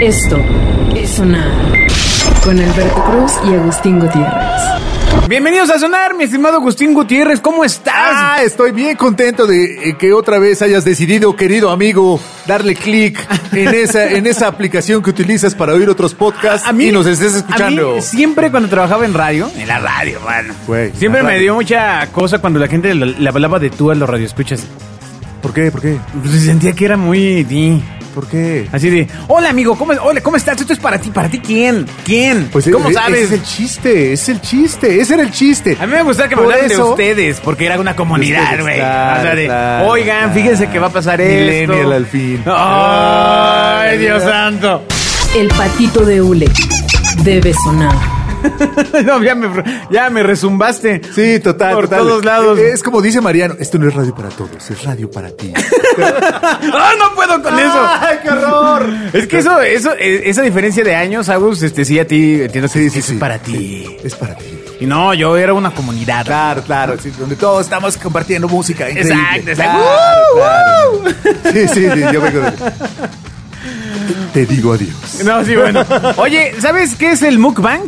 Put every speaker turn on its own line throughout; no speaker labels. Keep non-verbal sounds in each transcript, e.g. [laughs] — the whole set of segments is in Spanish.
Esto es Sonar. Con Alberto Cruz y Agustín Gutiérrez.
Bienvenidos a Sonar, mi estimado Agustín Gutiérrez, ¿cómo estás?
Ah, estoy bien contento de eh, que otra vez hayas decidido, querido amigo, darle clic en
[laughs]
esa, en esa aplicación que utilizas para oír otros podcasts y nos estés escuchando.
a mí siempre cuando trabajaba en radio, en la radio, bueno,
Güey,
siempre
la
me
radio.
dio mucha cosa cuando la gente le, le hablaba de tú a los radioescuchas.
¿Por qué? ¿Por qué?
Pues sentía que era muy di,
¿Por qué?
así de, hola amigo, ¿cómo, hola, ¿cómo estás? Esto es para ti, ¿para ti quién? ¿Quién?
Pues
¿Cómo
eh,
sabes?
Ese es el chiste, es el chiste, ese era el chiste.
A mí me gustaba que me
Por
hablaran de
eso-
ustedes, porque era una comunidad,
Ustedes,
güey.
claro,
o sea, de,
claro,
oigan,
claro.
fíjense que va a pasar esto.
Millennial al fin.
Ay,
Ay,
Dios
mira.
santo.
El patito de Ule debe sonar.
[laughs] no, ya me, ya me resumbaste.
Sí, total,
Por
total. Eh,
todos lados.
Es como dice Mariano, esto no es radio para todos, es radio para
[laughs]
ti.
¡Ah, no puedo con eso!
¡Ay, qué horror!
[laughs] Es que eso, eso, eh, esa diferencia de años, Agus, este, sí, a ti, entiendo que
Sí, sí,
es
sí.
para ti.
Es para ti.
Y no, yo era una comunidad.
Claro, claro, sí, donde todos estamos compartiendo música. Increíble.
Exacto, exacto. ¡Uh, ¡Woo,
Claro, claro. Sí, sí, sí, yo vengo de... Te digo adiós.
No, sí, bueno. Oye, ¿sabes qué es el mukbang?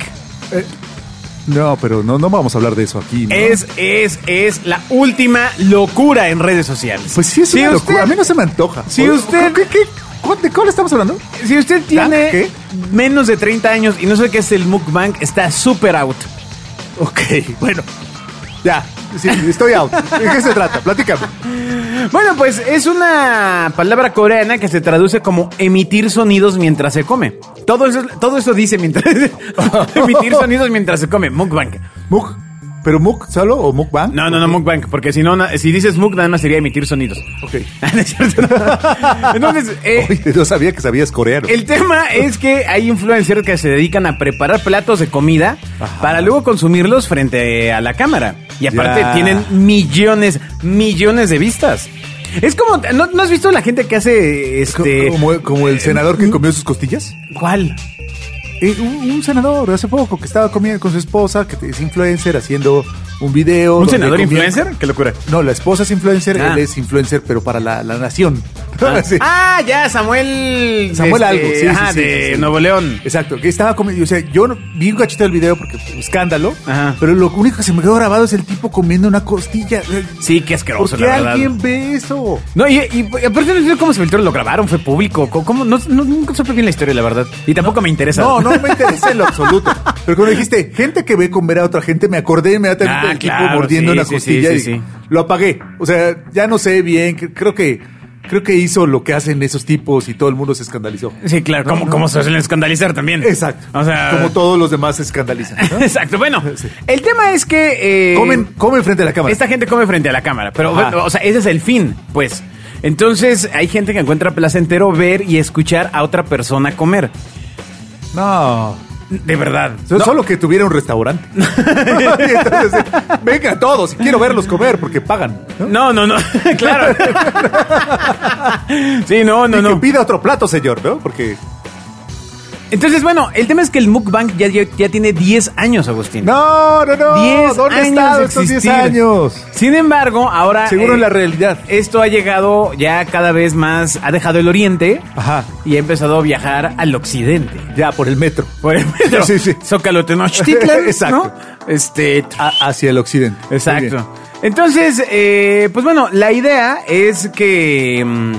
No, pero no, no vamos a hablar de eso aquí. ¿no?
Es, es, es la última locura en redes sociales.
Pues sí, es
Si
una
usted-
locura. A mí no se me antoja.
Si usted-
¿Qué, qué, cuál- ¿De cuál estamos hablando?
Si usted tiene
¿Ah, ¿Qué?
menos de 30 años y no sabe qué es el mukbang, está súper out.
Ok, bueno. Ya, sí, estoy out. ¿De qué se trata? Platícame.
Bueno, pues es una palabra coreana que se traduce como emitir sonidos mientras se come. Todo eso, todo eso dice mientras... [laughs] emitir sonidos mientras se come, mukbang.
Muk. ¿Pero Muk solo o Mukbang?
No, no, no, mukbang, porque si no, na- si dices muk, nada más sería emitir sonidos.
Ok.
[laughs] No es cierto. Entonces, eh,
Oye, no sabía que sabías coreano.
El tema es que hay influencers que se dedican a preparar platos de comida
Ajá.
para luego consumirlos frente a la cámara. Y aparte
Ya.
tienen millones, millones de vistas. Es como, ¿no, no has visto la gente que hace
Co-
este...
como, como el senador que comió sus costillas.
¿Cuál?
Eh, un, un senador hace poco que estaba comiendo con su esposa, que es influencer, haciendo un video.
¿Un
donde
senador
comía-
influencer? Qué locura.
No, la esposa es influencer,
Ah.
él es influencer, pero para la, la nación.
Ah,
[laughs] Sí.
ah, ya, Samuel...
Samuel
este,
algo, sí, sí,
ajá,
sí,
de
sí, sí.
Nuevo León.
Exacto, que estaba comiendo, o sea, yo no- vi un cachito del video porque fue un escándalo,
Ajá.
pero lo único que se me quedó grabado es el tipo comiendo una costilla.
Sí, qué
¿Por
asqueroso,
qué
la verdad.
alguien ve eso?
No, y, y aparte no sé cómo se filtró, lo grabaron, fue público. ¿Cómo? cómo- No, no- nunca supe bien la historia, la verdad. Y tampoco me interesa.
No, no
[laughs]
me interesa en lo absoluto. Pero cuando dijiste gente que ve comer a otra gente, me acordé inmediatamente
Ah,
del tipo
claro,
mordiendo
sí,
una
sí,
costilla
sí, sí,
y
sí.
lo apagué. O sea, ya no sé bien. cre- Creo que creo que hizo lo que hacen esos tipos y todo el mundo se escandalizó.
Sí, claro, como, como se suelen escandalizar también.
Exacto.
O sea,
como
[laughs]
todos los demás se escandalizan. ¿no?
Exacto. Bueno,
[laughs] Sí.
el tema es que. eh,
comen, comen frente a la cámara.
Esta gente come frente a la cámara, pero
Ajá.
bueno, o sea, ese es el fin, pues. Entonces, hay gente que encuentra placentero ver y escuchar a otra persona comer.
No.
De verdad.
So- Solo que tuviera un
[laughs]
restaurante. [laughs] Y entonces, eh, venga todos, quiero verlos comer porque pagan.
No,
¿no?
no, [laughs] no. claro. sí, no, no,
Y Que
no.
pida otro plato, señor, ¿no? Porque.
Entonces, bueno, el tema es que el mukbang ya, ya, ya tiene 10 años, Agustín.
No, no, no.
10
¿Dónde
años
están
de
estos 10
existir.
años?
Sin embargo, ahora.
Seguro en la
realidad. Esto ha llegado ya cada vez más. Ha dejado el oriente.
Ajá.
Y ha empezado a viajar al occidente.
Ya, por el metro.
Por ejemplo,
Sí, sí.
Zócalo Tenochtitlan.
[laughs] Exacto.
¿no? Este.
A- hacia el occidente. Muy bien.
Exacto. Entonces, eh, pues bueno, la idea es que. mm,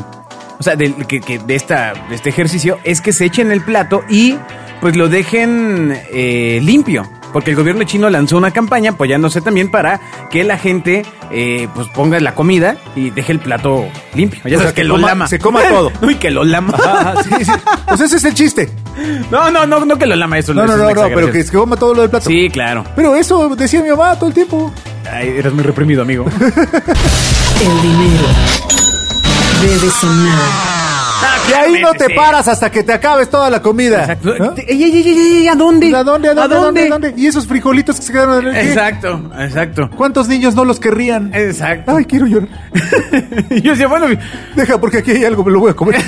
o sea, del- que- que de, esta, de este ejercicio es que se echen el plato y pues lo dejen eh, limpio. Porque el gobierno chino lanzó una campaña apoyándose también para que la gente eh, pues ponga la comida y deje el plato limpio. Ya
O
sabes Pues
sea,
que,
que
lo
coma-
lama.
se coma
[laughs]
todo.
Uy, que lo lama.
Ajá, ajá, sí, sí. Pues ese es el chiste.
[laughs] No, no, no, no que lo lama eso.
No,
eso
no,
es
no,
una
no, pero
exageración.
que se coma todo lo del plato.
Sí, claro.
Pero eso decía mi mamá todo el tiempo.
Ay, eres muy reprimido, [laughs] amigo.
El dinero debe sonar.
Y ahí no te
Sí.
paras hasta que te acabes toda la comida.
Exacto.
¿no? Pues,
Ey, ey, ey, ey, ey, ¿a dónde?
¿Eh? ¿A dónde, a dónde, a dónde, a dónde? Y esos frijolitos que se quedaron en el- ¿qué?
Exacto, exacto.
¿Cuántos niños no los querrían?
Exacto.
Ay, quiero llorar.
Y [laughs] yo decía, bueno, [laughs]
Deja, porque aquí hay algo, me lo voy a comer.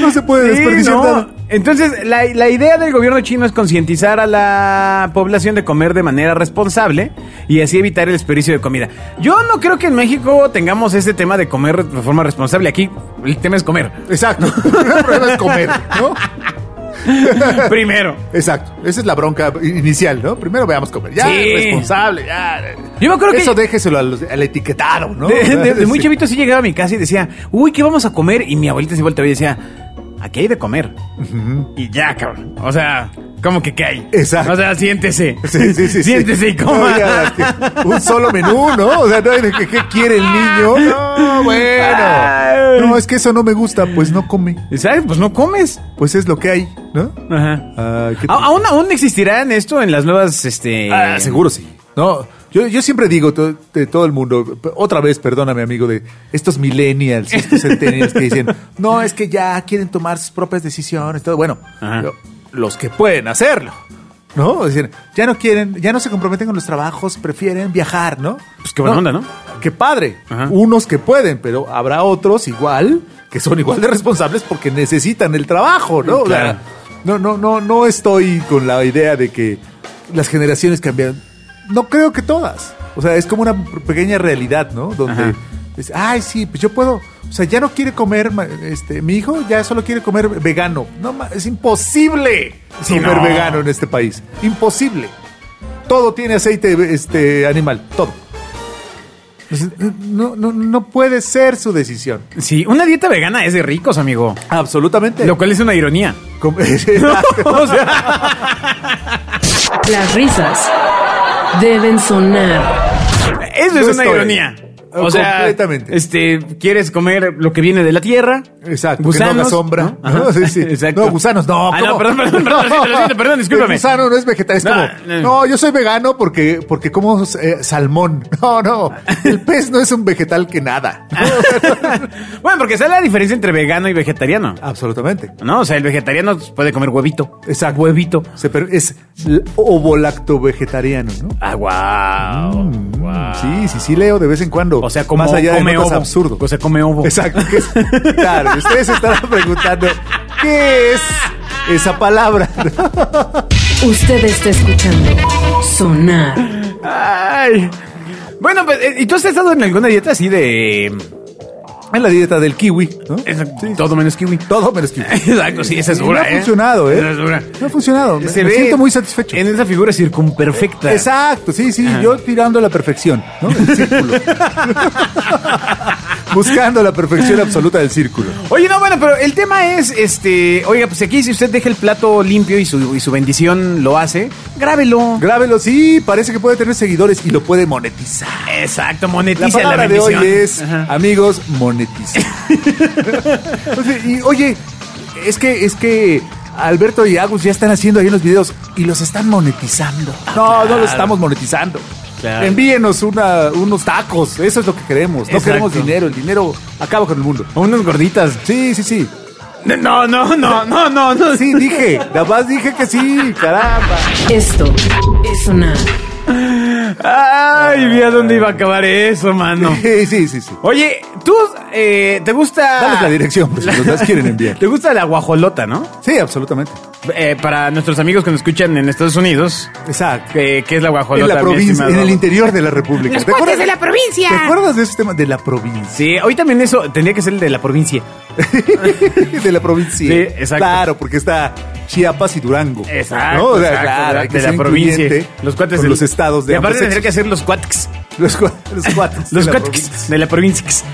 no se puede
sí,
desperdiciar
no.
nada.
Entonces, la, la idea del gobierno chino es concientizar a la población de comer de manera responsable y así evitar el desperdicio de comida. Yo no creo que en México tengamos este tema de comer de forma responsable. Aquí el tema es
[laughs]
comer.
Exacto. El problema es comer, ¿no?
Primero.
Exacto. Esa es la bronca inicial, ¿no? Primero veamos comer. Ya,
Sí.
responsable, ya.
Yo me acuerdo que-
Eso déjeselo al, al etiquetado, ¿no?
De, de- de muy
[laughs] Sí.
chavito sí llegaba a mi casa y decía, uy, ¿qué vamos a comer? Y mi abuelita se volteaba y decía, aquí hay de comer. Y ya, cabrón. O sea, ¿cómo que qué hay?
Exacto.
O sea, siéntese.
Sí, sí, sí.
Siéntese y
sí.
coma. [laughs]
Oiga, que- un solo menú, ¿no? O sea, no hay de que, ¿qué quiere
[laughs]
el niño? No,
Ay.
bueno. No, es que eso no me gusta, pues no come.
¿Sabes? Pues no comes.
Pues es lo que hay, ¿no?
Ajá.
Ah, ¿qué te-
A- ¿Aún, aún existirá en esto en las nuevas, este...
Ah, seguro sí. No, yo, yo siempre digo to- de todo el mundo, p- otra vez, perdóname amigo, de estos
[laughs]
millennials, estos centennials que dicen, no, es que ya quieren tomar sus propias decisiones, todo. Bueno,
Ajá.
lo- los que pueden hacerlo, ¿no? Es decir, ya no quieren, ya no se comprometen con los trabajos, prefieren viajar, ¿no?
Pues qué buena onda, ¿no?
Qué padre.
Ajá.
Unos que pueden, pero habrá otros igual, que son igual de responsables porque necesitan el trabajo, ¿no? O sea,
Claro.
no, no, no, no estoy con la idea de que las generaciones cambiaron. No creo que todas. O sea, es como una pequeña realidad, ¿no? Donde
Ajá.
es, ay, sí, pues yo puedo. O sea, ya no quiere comer, ma- este, mi hijo ya solo quiere comer vegano. No, ma- es imposible
Sí,
comer
no.
vegano en este país. Imposible. Todo tiene aceite este, animal, todo. Pues, No, no, no puede ser su decisión.
Sí, una dieta vegana es de ricos, amigo.
Absolutamente. [laughs]
Lo cual es una ironía. [laughs]
Com- Exacto.
O sea,
Las risas deben sonar.
eso es
No
una
estoy.
ironía. O sea,
Completamente.
este, quieres comer lo que viene de la tierra.
Exacto, que no
gusanos,
haga sombra.
¿no? Ajá.
¿no? [laughs] Sí,
[laughs]
sí.
Exacto.
No, gusanos, no.
Ah, no,
¿cómo?
perdón, perdón, perdón, lo siento,
[laughs]
lo siento, perdón, discúlpame.
El gusano no es vegetal, es
No,
como,
no.
no. yo soy vegano porque, porque como eh, salmón. [laughs] No, no, el pez no es un vegetal que nada.
Ah. Bueno, porque esa es la diferencia entre vegano y vegetariano.
Absolutamente.
No, o sea, el vegetariano puede comer huevito.
Exacto.
Huevito.
Se per- es l- ovolacto-vegetariano, ¿no?
Ah, wow.
Sí, sí, sí leo de vez en cuando.
O sea, como
Mm. Más allá
come
de notas
ovo.
absurdo.
O sea, come ovo.
Exacto. que es- claro, ustedes estarán preguntando, ¿qué es esa palabra? [laughs]
Usted está escuchando Sonar.
Ay. Bueno, pues, eh, ¿y tú has estado en alguna dieta así de.
Es la dieta del kiwi, ¿no?
es-
Sí.
todo menos kiwi?
Todo menos kiwi.
[laughs] Exacto, sí, esa es
Y
dura.
No ha
¿eh?
funcionado, ¿eh?
Esa es dura.
No ha funcionado. Me,
Se
me
ve
siento muy satisfecho.
En esa figura circunperfecta.
Exacto, sí, sí, yo tirando a la perfección, ¿no?
[laughs]
El círculo. Buscando la perfección absoluta del círculo.
Oye, no, bueno, pero el tema es, este, oiga, pues aquí si usted deja el plato limpio y su, y su bendición lo hace, grábelo.
Grábelo, sí, parece que puede tener seguidores y lo puede monetizar.
Exacto,
La
monetiza la,
palabra de
bendición.
hoy es,
Ajá.
amigos,
[laughs]
monetizar. O sea, y oye, es que, es que Alberto y Agus ya están haciendo ahí unos videos y los están monetizando. No, no los estamos monetizando.
Ah, Claro.
Envíenos una, unos tacos, eso es lo que queremos. No
Exacto.
queremos dinero, el dinero acaba con el mundo.
O unas gorditas.
Sí, sí, sí.
No, no, no, no, no, no.
Sí, dije. Nada más dije que sí, caramba.
Esto es Sonar.
Ay, vi a dónde iba a acabar eso, [laughs] mano.
Sí, sí, sí, sí.
Oye, tú, eh, ¿te gusta...?
Dales la dirección, por si
[laughs]
los las quieren enviar.
¿Te gusta la guajolota, no?
Sí, absolutamente.
Eh, para nuestros amigos que nos escuchan en Estados Unidos,
Exacto.
que, que es la guajolota.
En la
mi
provincia,
estimado?
en el interior de la República.
Los cuates de la provincia.
¿Te acuerdas de ese tema? De
[laughs]
la provincia.
Sí, hoy también eso tendría que ser el de la provincia.
de la provincia.
Sí, exacto.
Claro, porque está Chiapas y Durango.
Exacto.
¿no? O sea,
exacto,
claro, hay que
de la
ser
provincia.
incluyente
Los cuates
con
del-
los estados de
Y aparte
ambos
tendría que hacer los cuatques.
sexos. Los, cua- los cuates.
Los
de la
cuatques de la provincia.
provincia.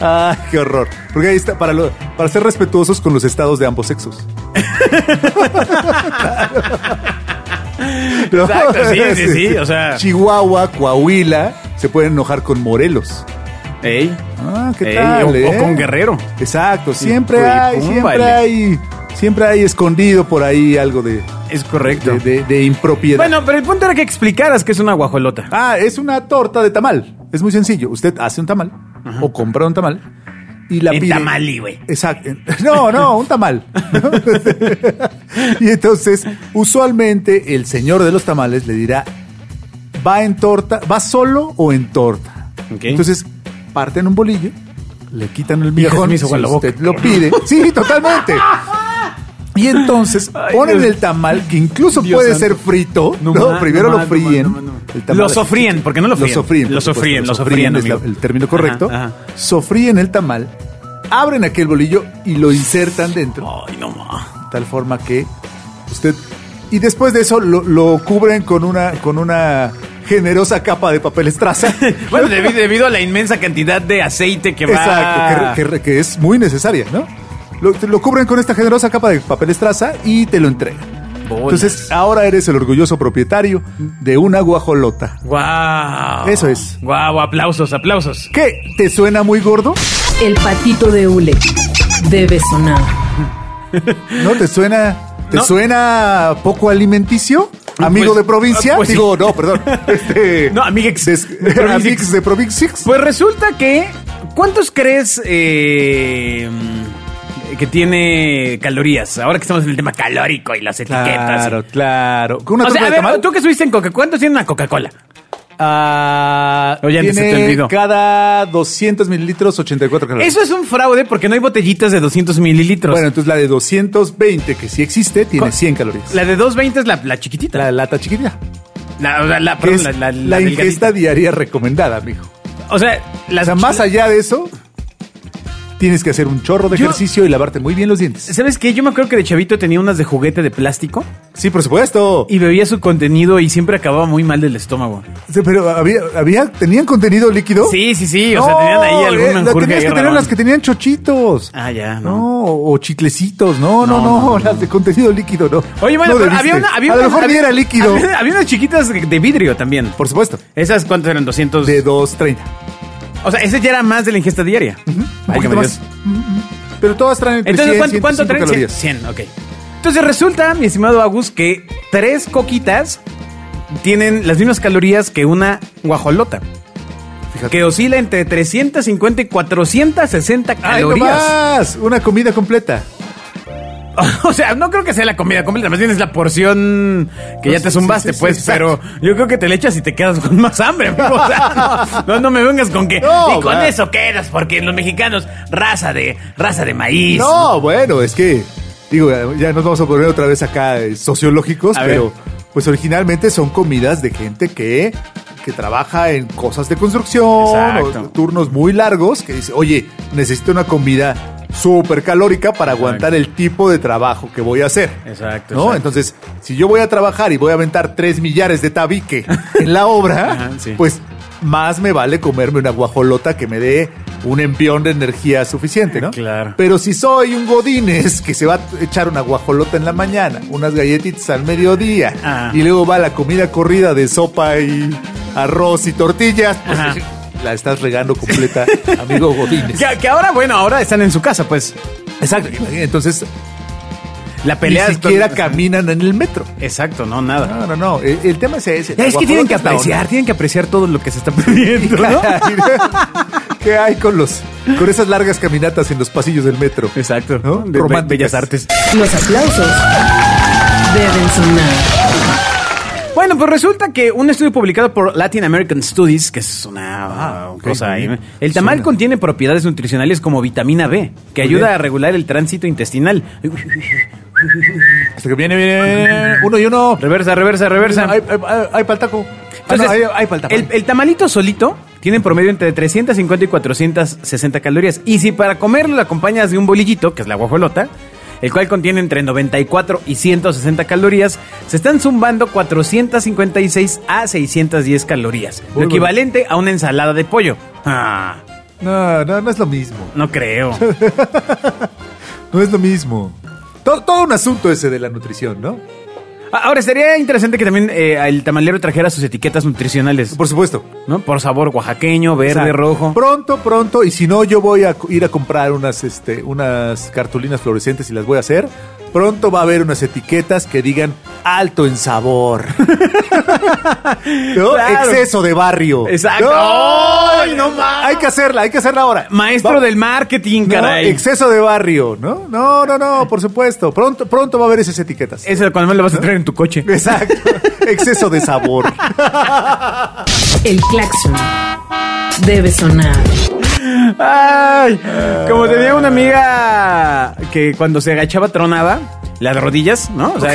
Ay, qué horror. Porque ahí está, para, lo- para ser respetuosos con los estados de
[laughs]
ambos sexos. [laughs] ¿No?
Exacto, sí,
[laughs]
sí, sí, o sea.
Chihuahua, Coahuila, se pueden enojar con Morelos.
Ey.
Ah, ¿qué
Ey,
tal?
o- o
eh?
con Guerrero.
Exacto, siempre
pues,
hay,
pum,
siempre
vale.
hay, siempre hay escondido por ahí algo de,
Es correcto.
de, de- de impropiedad.
Bueno, pero el punto era que explicaras que es una guajolota.
Ah, es una torta de tamal. Es muy sencillo. Usted hace un tamal o compra un tamal y la
En
pide.
Tamali, güey.
Exacto. [laughs] No, no, [laughs] un tamal. y entonces, usualmente el señor de los tamales le dirá, ¿va en torta? ¿Va solo o en torta?
Ok.
Entonces, parten un bolillo, le quitan el
Hija, se
viejón,
me hizo
si
[laughs] agua la boca.
usted lo pide. Sí, totalmente. Y entonces ponen el tamal, que incluso
Dios
puede
santo.
ser frito. No,
ma-
primero
no
lo
ma-
fríen.
no ma- no ma-
El tamal-
Lo sofríen, porque no lo fríen.
Lo sofríen.
Lo
por supuesto,
sofríen, lo sofríen,
es la-
amigo.
el término correcto.
Ajá, ajá.
Sofríen el tamal, abren aquel bolillo y lo insertan dentro.
Ay, no ma.
De tal forma que usted... Y después de eso lo, lo cubren con una, con una generosa capa de papel estraza.
[laughs] Bueno, debi- debido, a la inmensa cantidad de aceite que va.
Exacto, que, que- que es muy necesaria, ¿no? Lo, te lo cubren con esta generosa capa de papel estraza y te lo entregan.
Bolas.
Entonces, ahora eres el orgulloso propietario de una guajolota.
Wow.
Eso es.
Wow, aplausos, aplausos.
¿Qué? ¿Te suena muy gordo?
El patito de hule debe sonar.
¿No? ¿Te suena, te
No.
suena poco alimenticio? ¿Amigo
Pues,
de provincia?
ah, pues sí.
Digo, no,
[laughs]
perdón. Este,
No, amiguex.
des-
De provincia.
amiguex de provincias.
Pues resulta que. ¿Cuántos crees eh, que tiene calorías? Ahora que estamos en el tema calórico y las etiquetas.
Claro, claro. ¿Con una
o
torta
sea, a
de
ver,
tamal?
tú que estuviste en Coca, ¿cuántos tiene una Coca-Cola?
Ah,
Oye, antes Oh, se te
tiene
olvidó.
cada 200 mililitros 84 calorías.
Eso es un fraude porque no hay botellitas de 200 mililitros.
Bueno, entonces la de 220, que sí existe, tiene
Co-
100 calorías. La,
la de 220 es la, la chiquitita. La,
lata chiquitita.
o sea, la-
Que
perdón,
es la,
la- la- la delgadita. Ah,
ingesta diaria recomendada, mijo.
O sea,
O
las
sea, más
chi-
allá de eso, tienes que hacer un chorro de
Yo-
ejercicio y lavarte muy bien los dientes.
¿Sabes qué? Yo me acuerdo que de chavito tenía unas de juguete de plástico
Sí, por supuesto.
y bebía su contenido y siempre acababa muy mal del estómago.
Sí, Pero había, había, ¿tenían contenido líquido?
Sí, sí, sí. O sea, tenían ahí
No, eh,
alguna
la-
menjurje
Tenías
ahí
que tener
rarón.
las que tenían chochitos.
Ah, ya,
No,
no.
o chiclecitos, no, no,
No,
no,
no, no.
las de contenido líquido, no.
Oye, bueno,
No
pero
debiste.
había una. Había
A lo
una-
mejor ni
había-
era líquido.
Había, había unas chiquitas de vidrio también.
Por supuesto.
¿Esas cuántas eran? 200.
De 2.30.
O sea, ese ya era más de la ingesta diaria.
Un
Válgame
poquito más.
Dios.
Mm, mm. Pero todas traen entre
Entonces,
100,
¿cuánto, cuánto traen?
105 calorías.
100, ok. Entonces resulta, mi estimado Agus, que tres coquitas tienen las mismas calorías que una guajolota.
Fíjate.
Que oscila entre 350 y 460
¡Ay, no
calorías.
más! Una comida completa.
[laughs] o sea, no creo que sea la comida completa, más bien es la porción que ya
Sí,
te zumbaste,
sí, sí,
pues.
sí,
pero
exacto.
yo creo que te le echas y te quedas con más hambre, amigo. O sea, no, no, no me vengas con que.
[laughs] No,
y con
va.
eso quedas, porque los mexicanos, raza de, raza de maíz.
No, bueno, es que, digo, ya- ya nos vamos a poner otra vez acá eh, sociológicos,
A ver.
pero pues originalmente son comidas de gente que, que trabaja en cosas de construcción,
Exacto.
o turnos muy largos, que dice, oye, necesito una comida súper calórica para aguantar el tipo de trabajo que voy a hacer.
Exacto,
¿no?
exacto.
Entonces, si yo voy a trabajar y voy a aventar tres millares de tabique en la
[laughs]
obra,
Ajá, sí.
pues más me vale comerme una guajolota que me dé un envión de energía suficiente, ¿no?
Claro.
Pero si soy un godínez que se va a echar una guajolota en la mañana, unas galletitas al mediodía
Ah.
y luego va la comida corrida de sopa y arroz y tortillas, pues,
Ajá.
la estás
[laughs]
regando completa, amigo godínez.
Que, que ahora, bueno, ahora están en su casa, pues.
Exacto. Entonces,
La pelea
ni siquiera caminan en el metro.
Exacto, no, nada.
No, no, no. El, el tema es ese. La
es que tienen
guajolota
que
es la onda.
apreciar, tienen que apreciar todo lo que se está [laughs] perdiendo, ¿no?
[laughs] ¿Qué hay con los con esas largas caminatas en los pasillos del metro?
Exacto,
¿No?
De- be-
Románticas.
bellas artes.
Los aplausos deben sonar.
Bueno, pues resulta que un estudio publicado por Latin American Studies, que es una
Ah, ok,
cosa
muy
ahí,
bien.
el tamal
Suena.
contiene propiedades nutricionales como vitamina B, que
Muy
ayuda
bien.
a regular el tránsito intestinal.
Hasta que viene, viene uno y uno.
Reversa, reversa, reversa.
Hay, hay, hay, hay paltaco. Ah, no,
Entonces,
hay, hay paltaco.
el, el tamalito solito tiene en promedio entre 350 y 460 calorías. Y si para comerlo lo acompañas de un bolillito, que es la guajolota, el cual contiene entre 94 y 160 calorías, se están zumbando 456 a 610 calorías.
Muy
lo equivalente a una ensalada de pollo. Ah,
No, no, no es lo mismo.
no
[laughs]
creo.
No es lo mismo. Todo, todo un asunto ese de la nutrición, ¿no?
Ah, Ahora, sería interesante que también eh, el tamalero trajera sus etiquetas nutricionales,
Por supuesto.
¿no? Por sabor oaxaqueño, verde,
Exacto.
rojo.
Pronto, pronto. Y si no, yo voy a co- ir a comprar unas, este, unas cartulinas fluorescentes y las voy a hacer. Pronto va a haber unas etiquetas que digan alto en sabor. [laughs] ¿No?
Claro.
Exceso de barrio.
Exacto. ¡Ay, no mames!
Hay que hacerla, hay que hacerla ahora.
Maestro
Va-
del marketing,
No,
caray.
exceso de barrio, ¿no? No, no, no, por supuesto. Pronto, pronto va a haber esas etiquetas.
Eso cuando más lo vas a traer en tu coche.
Exacto. exceso
[laughs]
de sabor. [laughs]
El claxon debe sonar.
Ay,
Ah.
como tenía una amiga que cuando se agachaba tronaba las rodillas, ¿no? O sea,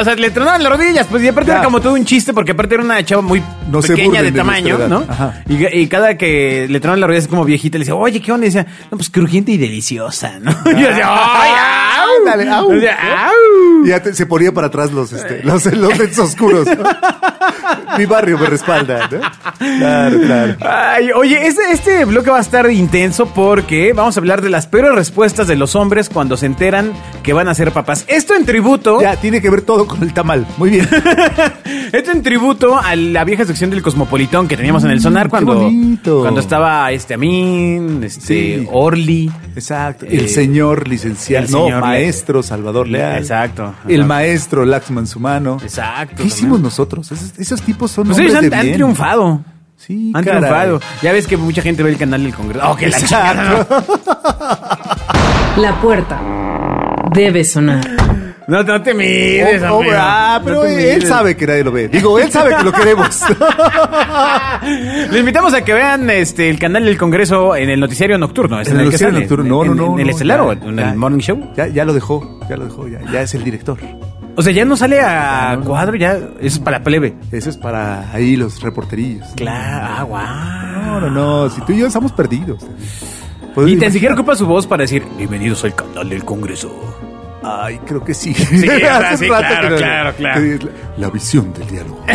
o sea, le tronaban las rodillas, pues y aparte
Ya.
era como todo un chiste, porque aparte era una chava muy
No se
pequeña
burlen
de
de
tamaño,
nuestra
¿no?
edad. Ajá.
Y, y cada que le tronaban las rodillas como viejita, le decía, oye, ¿qué onda? Y decía, no, pues crujiente y deliciosa, ¿no? [laughs] Y yo decía, ¡ay, au!
Ah, Ándale, au.
O sea, au.
Y ya te- se ponía para atrás los, este, los, los
[laughs]
lentes oscuros. ¿no? Mi barrio me respalda, ¿no? Claro, claro.
Ay, oye, este, este bloque va a estar intenso porque vamos a hablar de las peores respuestas de los hombres cuando se enteran que van a ser papás. Esto en tributo.
Ya, tiene que ver todo con el tamal. Muy bien.
Eh, Esto en tributo a la vieja sección del Cosmopolitón que teníamos en el sonar
Mm, qué
cuando,
bonito.
cuando estaba este Amin, este
Sí.
Orly.
Exacto.
Eh,
el señor licenciado.
el
no,
señor
maestro Salvador Leal.
Exacto,
El
exacto.
maestro Laxman Sumano.
Exacto,
¿Qué
también.
hicimos nosotros? Esos, esos tipos son
Pues ellos
hombres
han,
de
han
bien.
triunfado.
Sí,
Han
caray.
triunfado. Ya ves que mucha gente ve el canal del Congreso. Oh, que la chingada, ¿no?
La puerta debe sonar.
No, no te mires,
Oh, oh,
amigo.
ah,
No
pero
te
él
mires.
sabe que nadie lo ve. Digo, él sabe que
[laughs]
lo queremos.
Le invitamos a que vean este el canal del Congreso Pues en el noticiario nocturno. es
En el
que
noticiero
sale,
nocturno.
en-
No, no,
en-
no.
En el
no,
estelar
ya,
o en
ya.
el morning show.
Ya, ya lo dejó, ya lo dejó, ya, ya es el director.
O sea, ya no sale a cuadro, ya es para plebe.
Eso es para ahí los reporterillos.
Claro, ah, guau.
No, no, no. Si tú y yo estamos perdidos. Pues,
Y tan
imagínate.
siquiera ocupa su voz para decir, bienvenidos al canal del Congreso.
Ay, creo que sí. [laughs]
ahora
Hace
sí,
rato
claro,
que no-
claro, claro.
que es la- La visión del diálogo.
[laughs]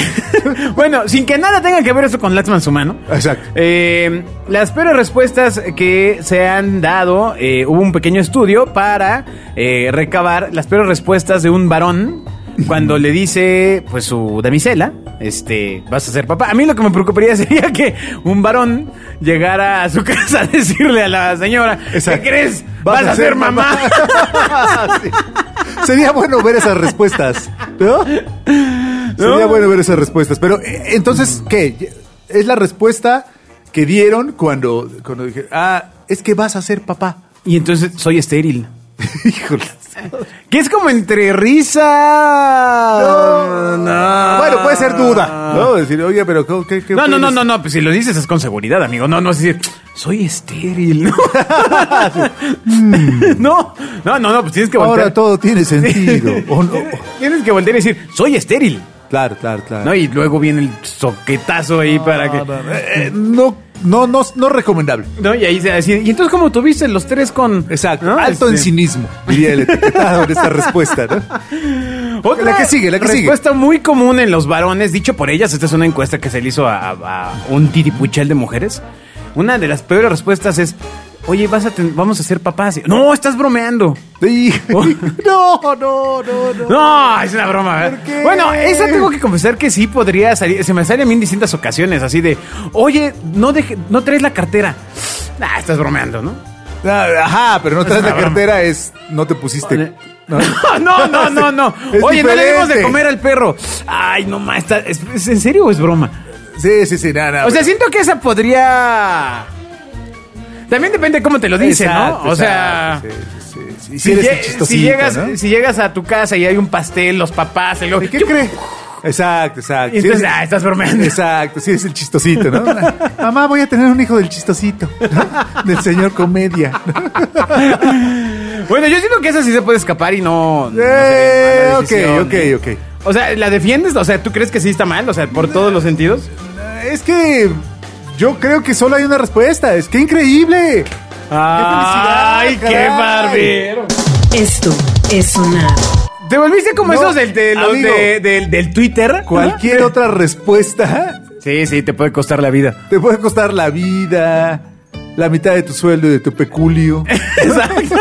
Bueno, sin que nada tenga que ver eso con Latzman Sumano.
Exacto.
Eh, las peores respuestas que se han dado, eh, hubo un pequeño estudio para eh, recabar las peores respuestas de un [laughs] varón cuando le dice, pues, su damisela, este, vas a ser papá. A mí lo que me preocuparía [laughs] sería que un varón llegara a su [laughs] casa a decirle a la señora,
Exacto.
¿qué crees? Vas, a, ser mamá. [laughs]
[laughs] Sí. Sería bueno ver esas respuestas, ¿no? Sería
¿No?
bueno ver esas respuestas. Pero eh, entonces, ¿qué? Es la respuesta que dieron cuando, cuando dije, ah, es que vas a ser papá. [laughs]
Y entonces soy estéril.
Híjole.
Que es como entre risa. No.
Bueno, puede ser duda, ¿no? Decir, oye, pero ¿cómo- ¿qué, qué
No, no,
puedes-
no, no, no, pues si lo dices es con seguridad, amigo. No, no es decir, soy estéril,
[laughs]
¿no? no, no, no, no, pues tienes que voltear.
Ahora todo
[laughs]
tiene sentido. ¿o no?
Tienes que voltear y decir, soy estéril.
Claro, claro, claro.
¿No? Y luego viene el soquetazo ahí para que.
Eh, eh, no, no, no, no recomendable.
No, y ahí se así. Y entonces, como tuviste los tres con.
Exacto.
¿no?
Alto en
Este,
cinismo, diría el etiquetado en esta respuesta, ¿no?
Otra
La que sigue, la que sigue.
respuesta muy común en los varones, dicho por ellas, esta es una encuesta que se le hizo a, a un titipuchel de mujeres. Una de las peores respuestas es, oye, vas a ten- vamos a ser papás. Y, No, estás bromeando.
Y-
[laughs]
No, no, no, no.
Oh. No, es una broma. ¿verdad?
¿Por qué?
Bueno, esa tengo que confesar que sí podría salir. Se me sale a mí en distintas ocasiones, así de, oye, no, deje- no traes la cartera. Nah, estás bromeando, ¿no?
Ah, Ajá, pero no traes la cartera, es no te pusiste.
No, [laughs] no, no, no. no.
[laughs] Es
Oye, no le dimos de
diferente.
comer al perro. Ay, no más. está- ¿es, es en serio o es broma?
Sí, sí, sí, nada. nada,
O sea,
pero-
siento que esa podría. También depende de cómo te lo dice,
Exacto,
¿no? O sea.
exacto, sí, sí, sí.
Si,
Y si eres
lle-
un chistosito,
si llegas,
¿no?
si llegas a tu casa y hay un pastel, los papás, el
¿Y ¿Qué crees? Exacto, exacto.
Y
Si
entonces,
eres-
ah, estás bromeando.
[laughs] Exacto, sí, es el chistosito, ¿no? [laughs] Mamá, voy a tener un hijo del chistosito, ¿no? del señor comedia.
Bueno, yo siento que esa sí se puede escapar y no. no sería
Eh,
mala
ok,
decisión,
ok,
¿eh?
ok.
O sea, ¿la defiendes? O sea, ¿tú crees que sí está mal? O sea, por todos los sentidos.
Es que yo creo que solo hay una respuesta. Es que increíble.
¡Ay,
felicidad,
qué
caray!
barbero!
Esto es sonar.
Te volviste como
No,
esos del, de los
amigo.
de- del, del Twitter.
Cualquier otra respuesta
Sí, sí, te puede costar la vida.
te puede costar la vida, la mitad de tu sueldo y de tu [laughs] peculio.
Exacto.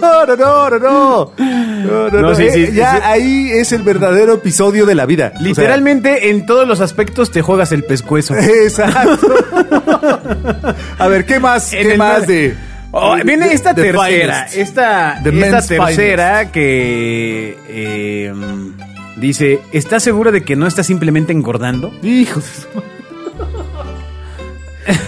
No, no, no, no, no. No, no,
No,
no.
sí, sí,
Eh,
sí,
ya
sí.
ahí es el verdadero episodio de la vida. O sea,
Literalmente en todos los aspectos te juegas el
[laughs]
pescuezo.
Eh, Exacto. A ver, ¿qué más?
En
¿Qué
el-
más de.?
Oh, viene
de-
esta
de
tercera.
finest?
Esta,
The
esta
men's
tercera que eh, dice: ¿Estás segura de que no estás simplemente engordando?
Hijos. de su madre.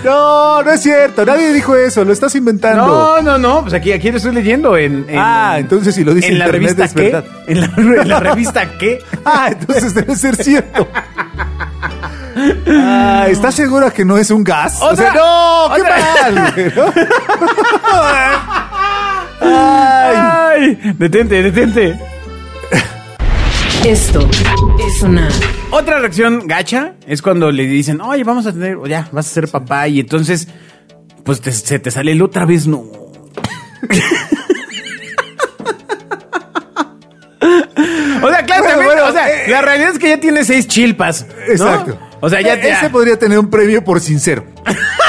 No, no es cierto. Nadie dijo eso. Lo estás inventando.
No, no, no. Pues aquí, aquí lo estoy leyendo en. en-
Ah, entonces si lo dice
en la
internet
revista
es
qué.
verdad. [laughs]
En la, en la revista qué.
Ah, entonces debe ser cierto. Ay, ¿Estás segura que no es un gas? O sea,
Otra-
no, qué
otra-
mal. güey, ¿no? Ay.
¡Ay! Detente, detente.
Esto es sonar.
Otra reacción gacha es cuando le dicen, oye, vamos a tener, o ya, vas a ser papá, y entonces, pues te- se te sale el otra vez, no. [laughs] O sea, claro,
Bueno,
también,
bueno,
o sea,
eh,
la realidad es que ya tiene seis chilpas. ¿no?
Exacto.
O sea, ya
E-
te.
Ese podría tener un premio
[laughs]
por sincero.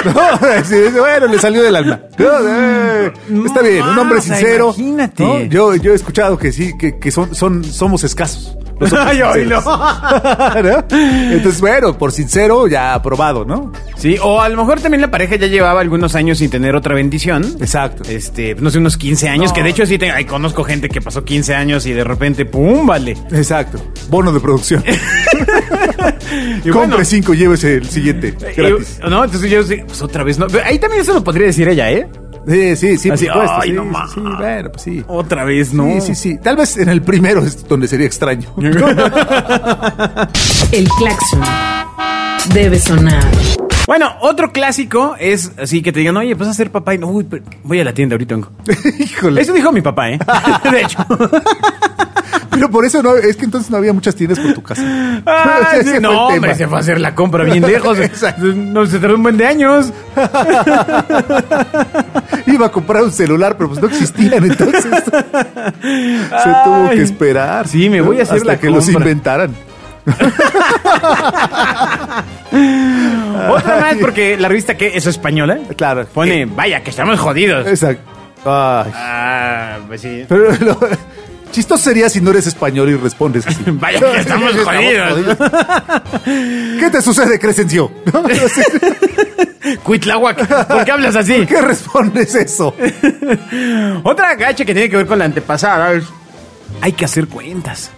No, así es, bueno, le salió del alma. No, eh, Está bien, un hombre
o sea,
sincero.
imagínate.
¿no? Yo, yo he escuchado que sí, que, que son, son, somos escasos.
[laughs]
los [laughs] hombres
Ay, ay,
sinceros. [laughs] ¿No? Entonces, bueno, por sincero, ya aprobado, ¿no?
Sí, o a lo mejor también la pareja ya llevaba algunos años sin tener otra bendición.
Exacto.
Este, no sé, unos 15 años, que de hecho sí, te, ay, conozco gente que pasó 15 años y de repente, ¡pum! Vale.
Exacto. Bono
[laughs]
de producción.
Y
Compre
bueno.
cinco, llévese el siguiente. Gratis.
Y- Eh, no, entonces yo sí, pues otra vez no. Pero ahí también eso lo podría decir ella, ¿eh?
Sí, sí, sí, por
Así,
supuesto.
ay,
sí,
no
sí,
mames.
sí, bueno, pues sí.
Otra vez no.
Sí, sí, sí. Tal vez en el primero es donde sería extraño. [laughs]
El claxon debe sonar.
[laughs] Bueno, otro clásico es así que te digan, oye, vas a ser papá y no, uy, pero voy a la tienda ahorita. vengo".
Híjole.
Eso dijo mi papá,
[laughs]
¿eh? [laughs] De hecho.
Pero por eso no, es que entonces no había muchas tiendas por
[laughs]
tu casa.
Ay, Ah,
Ese
sí,
fue el
no, hombre,
tema.
se fue a hacer la compra bien lejos.
[laughs] Exacto.
no, se tardó un buen de años.
Iba a comprar un celular, pero pues no
[laughs]
existían, entonces se tuvo
Ay.
que esperar.
Sí, me voy a hacer
Hasta
la
que los
compra.
inventaran.
Otra más, porque la revista que es española.
Ah. Claro.
Pone, vaya, que estamos jodidos.
Eh, Exacto. Ay.
Ah, pues sí.
Pero lo- [laughs] chistoso sería si no eres español y respondes así.
[laughs] Vaya, que estamos jodidos. [laughs]
¿Qué te sucede, Crescencio? [laughs] ¿No?
Cuitláhuac, ¿por qué hablas así?
¿Qué respondes eso?
[laughs] Otra gacha que tiene que ver con la antepasada es, Hay que hacer cuentas.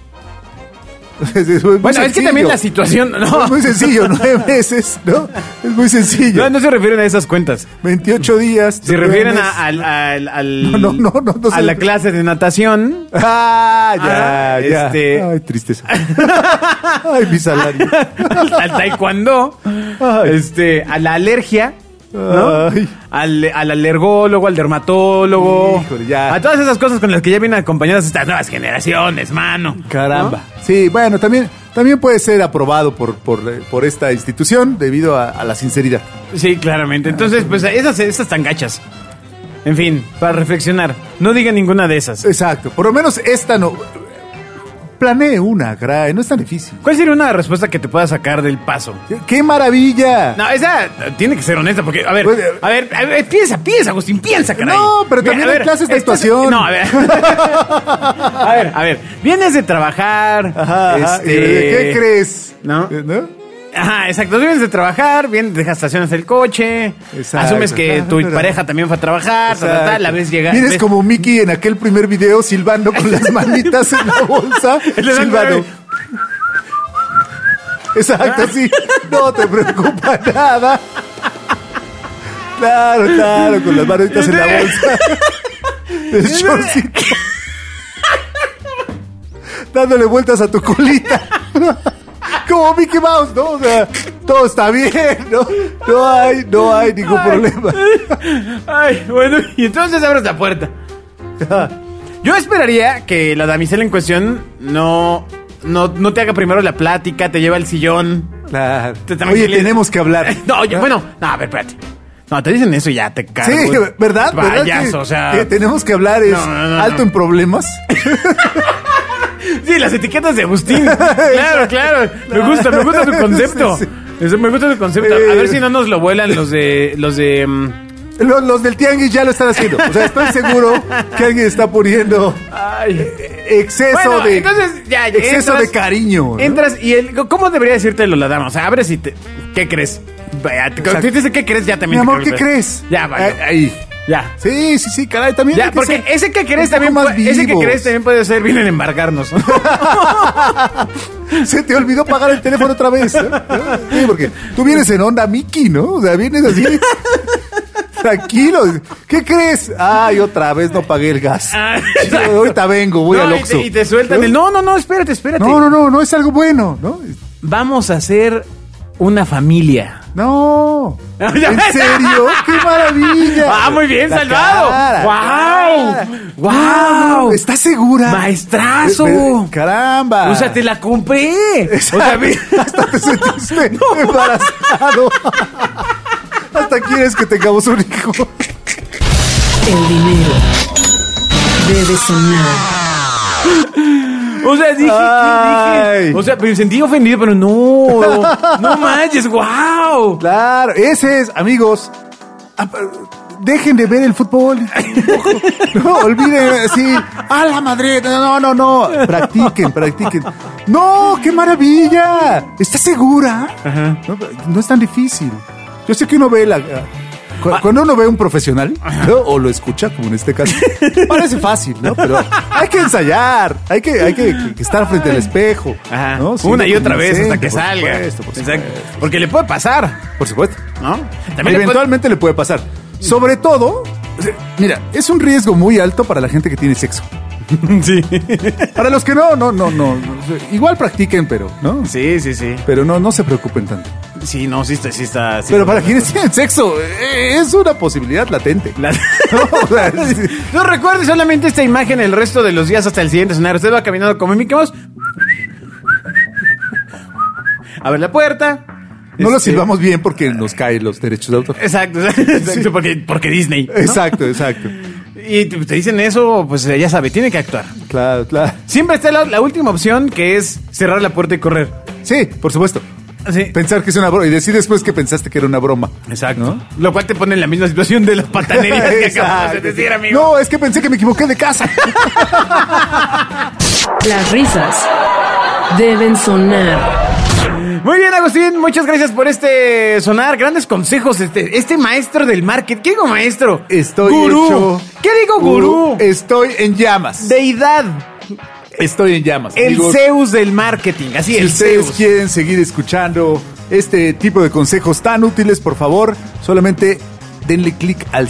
Bueno, es que también la
[laughs]
situación. No,
Es muy sencillo, nueve meses, ¿no? Es muy sencillo.
no, no se refieren a esas cuentas.
28 días.
Se
nueve
refieren
meses.
a, al, al- al-
No, no, no, no, no
a
se
la
refieren.
clase de
[laughs]
natación.
[laughs] Ah, ya,
Ah,
ya.
este-
Ay, tristeza. Ay, mi salario.
al al taekwondo,
Ay.
este, a la alergia, [laughs] ¿no?
Ay.
Al, al alergólogo, al dermatólogo,
Híjole, ya.
a todas esas cosas con las que ya vienen acompañadas estas nuevas generaciones, mano.
Caramba. Sí, bueno, también, también puede ser aprobado por, por, por esta institución debido a, a la sinceridad.
¿No? Sí, claramente. Entonces, pues esas, esas tan gachas. En fin, para reflexionar, no diga ninguna de esas.
Exacto. Por lo menos esta no. Planeé una, caray, no es tan difícil.
¿Cuál sería una respuesta que te pueda sacar del paso?
¡Qué- ¡Qué maravilla! [laughs]
No, esa eh, tiene que ser honesta porque, a ver,
Pues, eh,
a ver, a ver, piensa, piensa, Agustín, piensa, caray.
No, pero también
a
hay clases de
estás-
actuación.
No, a
[laughs]
ver. a ver, a ver, vienes de trabajar.
Ajá, ajá.
este,
¿Qué crees?
¿No?
Eh, ¿No?
Ajá, exacto, vienes de trabajar, vienes, dejas estaciones el coche,
Exacto.
asumes que
[laughs]
tu
Claro.
pareja también fue a trabajar, ta, ta, ta, la ves llegar.
Vienes
ves-
como Mickey en aquel primer video silbando con las manitas en la bolsa.
[laughs] Le dan-
silbando. Exacto, sí. No te preocupa nada. Claro, claro, con las manitas en la
[laughs]
bolsa. El shortcito. Dándole vueltas a tu colita. Como Mickey Mouse, ¿no? O sea, todo está bien, ¿no? No hay, no hay ningún
Ay.
problema.
[laughs] Ay, bueno, y entonces abres la puerta. [laughs] Yo esperaría que la damisela en cuestión no, no, no te haga primero la plática, te lleva al sillón. [laughs]
Claro.
Te- también
Oye,
que le-
tenemos que hablar.
No, oye, bueno, no, a ver, espérate. No, te dicen eso y ya te
Sí,
cargo.
[laughs] ¿verdad? ¿Verdad
Vayas,
que-
o sea.
que tenemos que hablar es
No, no, no,
alto
no.
en problemas. [laughs]
Sí, las etiquetas de [laughs] Agustín. claro, claro. Me gusta, me [laughs] gusta tu concepto.
Sí,
Eso, Me gusta tu concepto. A
Eh.
ver si no nos lo vuelan los de. Los de. mm,
Los, los del tianguis ya lo están haciendo. O sea, estoy seguro que alguien está poniendo
Ay.
exceso
Bueno,
de
entonces ya
exceso
entras-
de cariño. ¿no?
Entras y el, ¿cómo debería decírtelo la dama? O sea, abres y te, ¿qué crees? Vaya, te- cuando te dice ¿qué crees? Ya
Mi
también. te
amor, ¿qué
creo que-
crees?
Ya,
vaya.
vaya.
Ahí.
Ya.
Sí, sí, sí, caray, también. hay
Ya,
que
porque
ser
ese que
un
crees
poco
también
más
puede- ese que
vivos.
crees también puede ser bien en embargarnos. ¿no?
Se te olvidó pagar el teléfono otra vez. ¿no? Sí, porque tú vienes en onda Mickey, ¿no? O sea, vienes así. [laughs] Tranquilo. ¿Qué crees? Ay, otra vez no pagué el gas.
Ah,
Sí, Ahorita vengo, voy
No,
al
y te-
Oxxo.
Y, te sueltan el. No, no, no, espérate, espérate.
No, no, no, no es algo bueno, ¿no?
Vamos a hacer una familia. [laughs]
No. ¿En serio? ¡Qué maravilla!
¡Ah, muy bien,
La
salvado!
cara,
¡Wow!
cara.
¡Wow!
¿Estás segura?
¡Maestrazo!
Ve- ve- ¡Caramba!
O sea, te la compré. O sea, vi-
[laughs] Hasta
[laughs]
te sentiste embarazado. [laughs] Hasta quieres que tengamos un hijo.
El dinero debe sonar.
o sea, dije, ¿qué
Ay.
dije? O sea, me sentí ofendido, pero no. No manches, wow.
Claro, ese es, amigos. Ah, pa- Dejen de ver
[laughs]
el fútbol. No, olviden así. ¡A la Madrid! No, no, no. Practiquen, practiquen. ¡No! ¡Qué maravilla! ¿Estás segura? No, no es tan difícil. Yo sé que uno ve la. eh, cu-
Ah.
Cuando uno ve a un profesional ¿no? o lo escucha, como en este caso, parece fácil, ¿no? Pero hay que ensayar, hay que, hay que, que estar frente al espejo.
Ajá.
¿no? Sí,
Una y
con
otra
el
vez hasta
centro,
que
por
salga.
supuesto, por
Exacto.
supuesto.
Porque le puede pasar,
Por supuesto.
¿no? También le puede-
Eventualmente le puede pasar. Sobre todo, mira, es un riesgo muy alto para la gente que tiene sexo.
[laughs] Sí.
Para los que no, no, no, no. Igual practiquen, pero, ¿no?
Sí, sí, sí.
Pero no, no se preocupen tanto.
Sí, no, sí está, sí está. sí
pero
está-
para quienes tienen sexo, eh, es una posibilidad latente.
[laughs] La-
[laughs] No, o sea, es-
No recuerde solamente esta imagen el resto de los días hasta el siguiente sonar. Usted va caminando como Mickey Mouse. Abre la puerta.
no lo
Este,
silbamos bien porque nos caen los derechos de autor.
Exacto, [laughs] exacto,
Sí.
porque, porque Disney. ¿no?
Exacto, exacto.
Y te te dicen eso, pues eh, ya sabe, tiene que actuar.
Claro, claro.
Siempre está la, la última opción que es cerrar la puerta y correr.
Sí, por supuesto.
Sí.
Pensar que es una broma y decir después que pensaste que era una broma.
Exacto.
¿No?
Lo cual te pone en la misma situación de las patanerías
[laughs]
que acabamos de
Exacto.
decir, amigo.
No, es que pensé que me equivoqué de casa.
Las risas deben sonar.
Muy bien, Agustín, muchas gracias por este sonar. Grandes consejos. Este, este maestro del market. ¿Qué digo maestro?
Estoy
gurú.
hecho-
¿Qué digo gurú?
Estoy en llamas.
Deidad.
Estoy en llamas.
El
amigos.
Zeus del marketing. Así
Si
el
ustedes
Zeus.
quieren seguir escuchando este tipo de consejos tan útiles, por favor, solamente denle clic al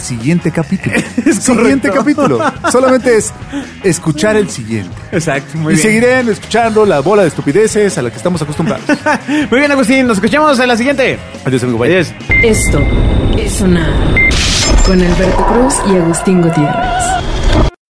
[laughs]
siguiente capítulo. siguiente capítulo. Solamente es escuchar el siguiente.
Exacto, muy
y
bien.
seguirán escuchando la bola de estupideces a la que estamos acostumbrados.
Muy bien, Agustín. Nos escuchamos en la siguiente.
Adiós, amigo. Bye.
Adiós.
Esto es sonar. Con Alberto Cruz y Agustín Gutiérrez.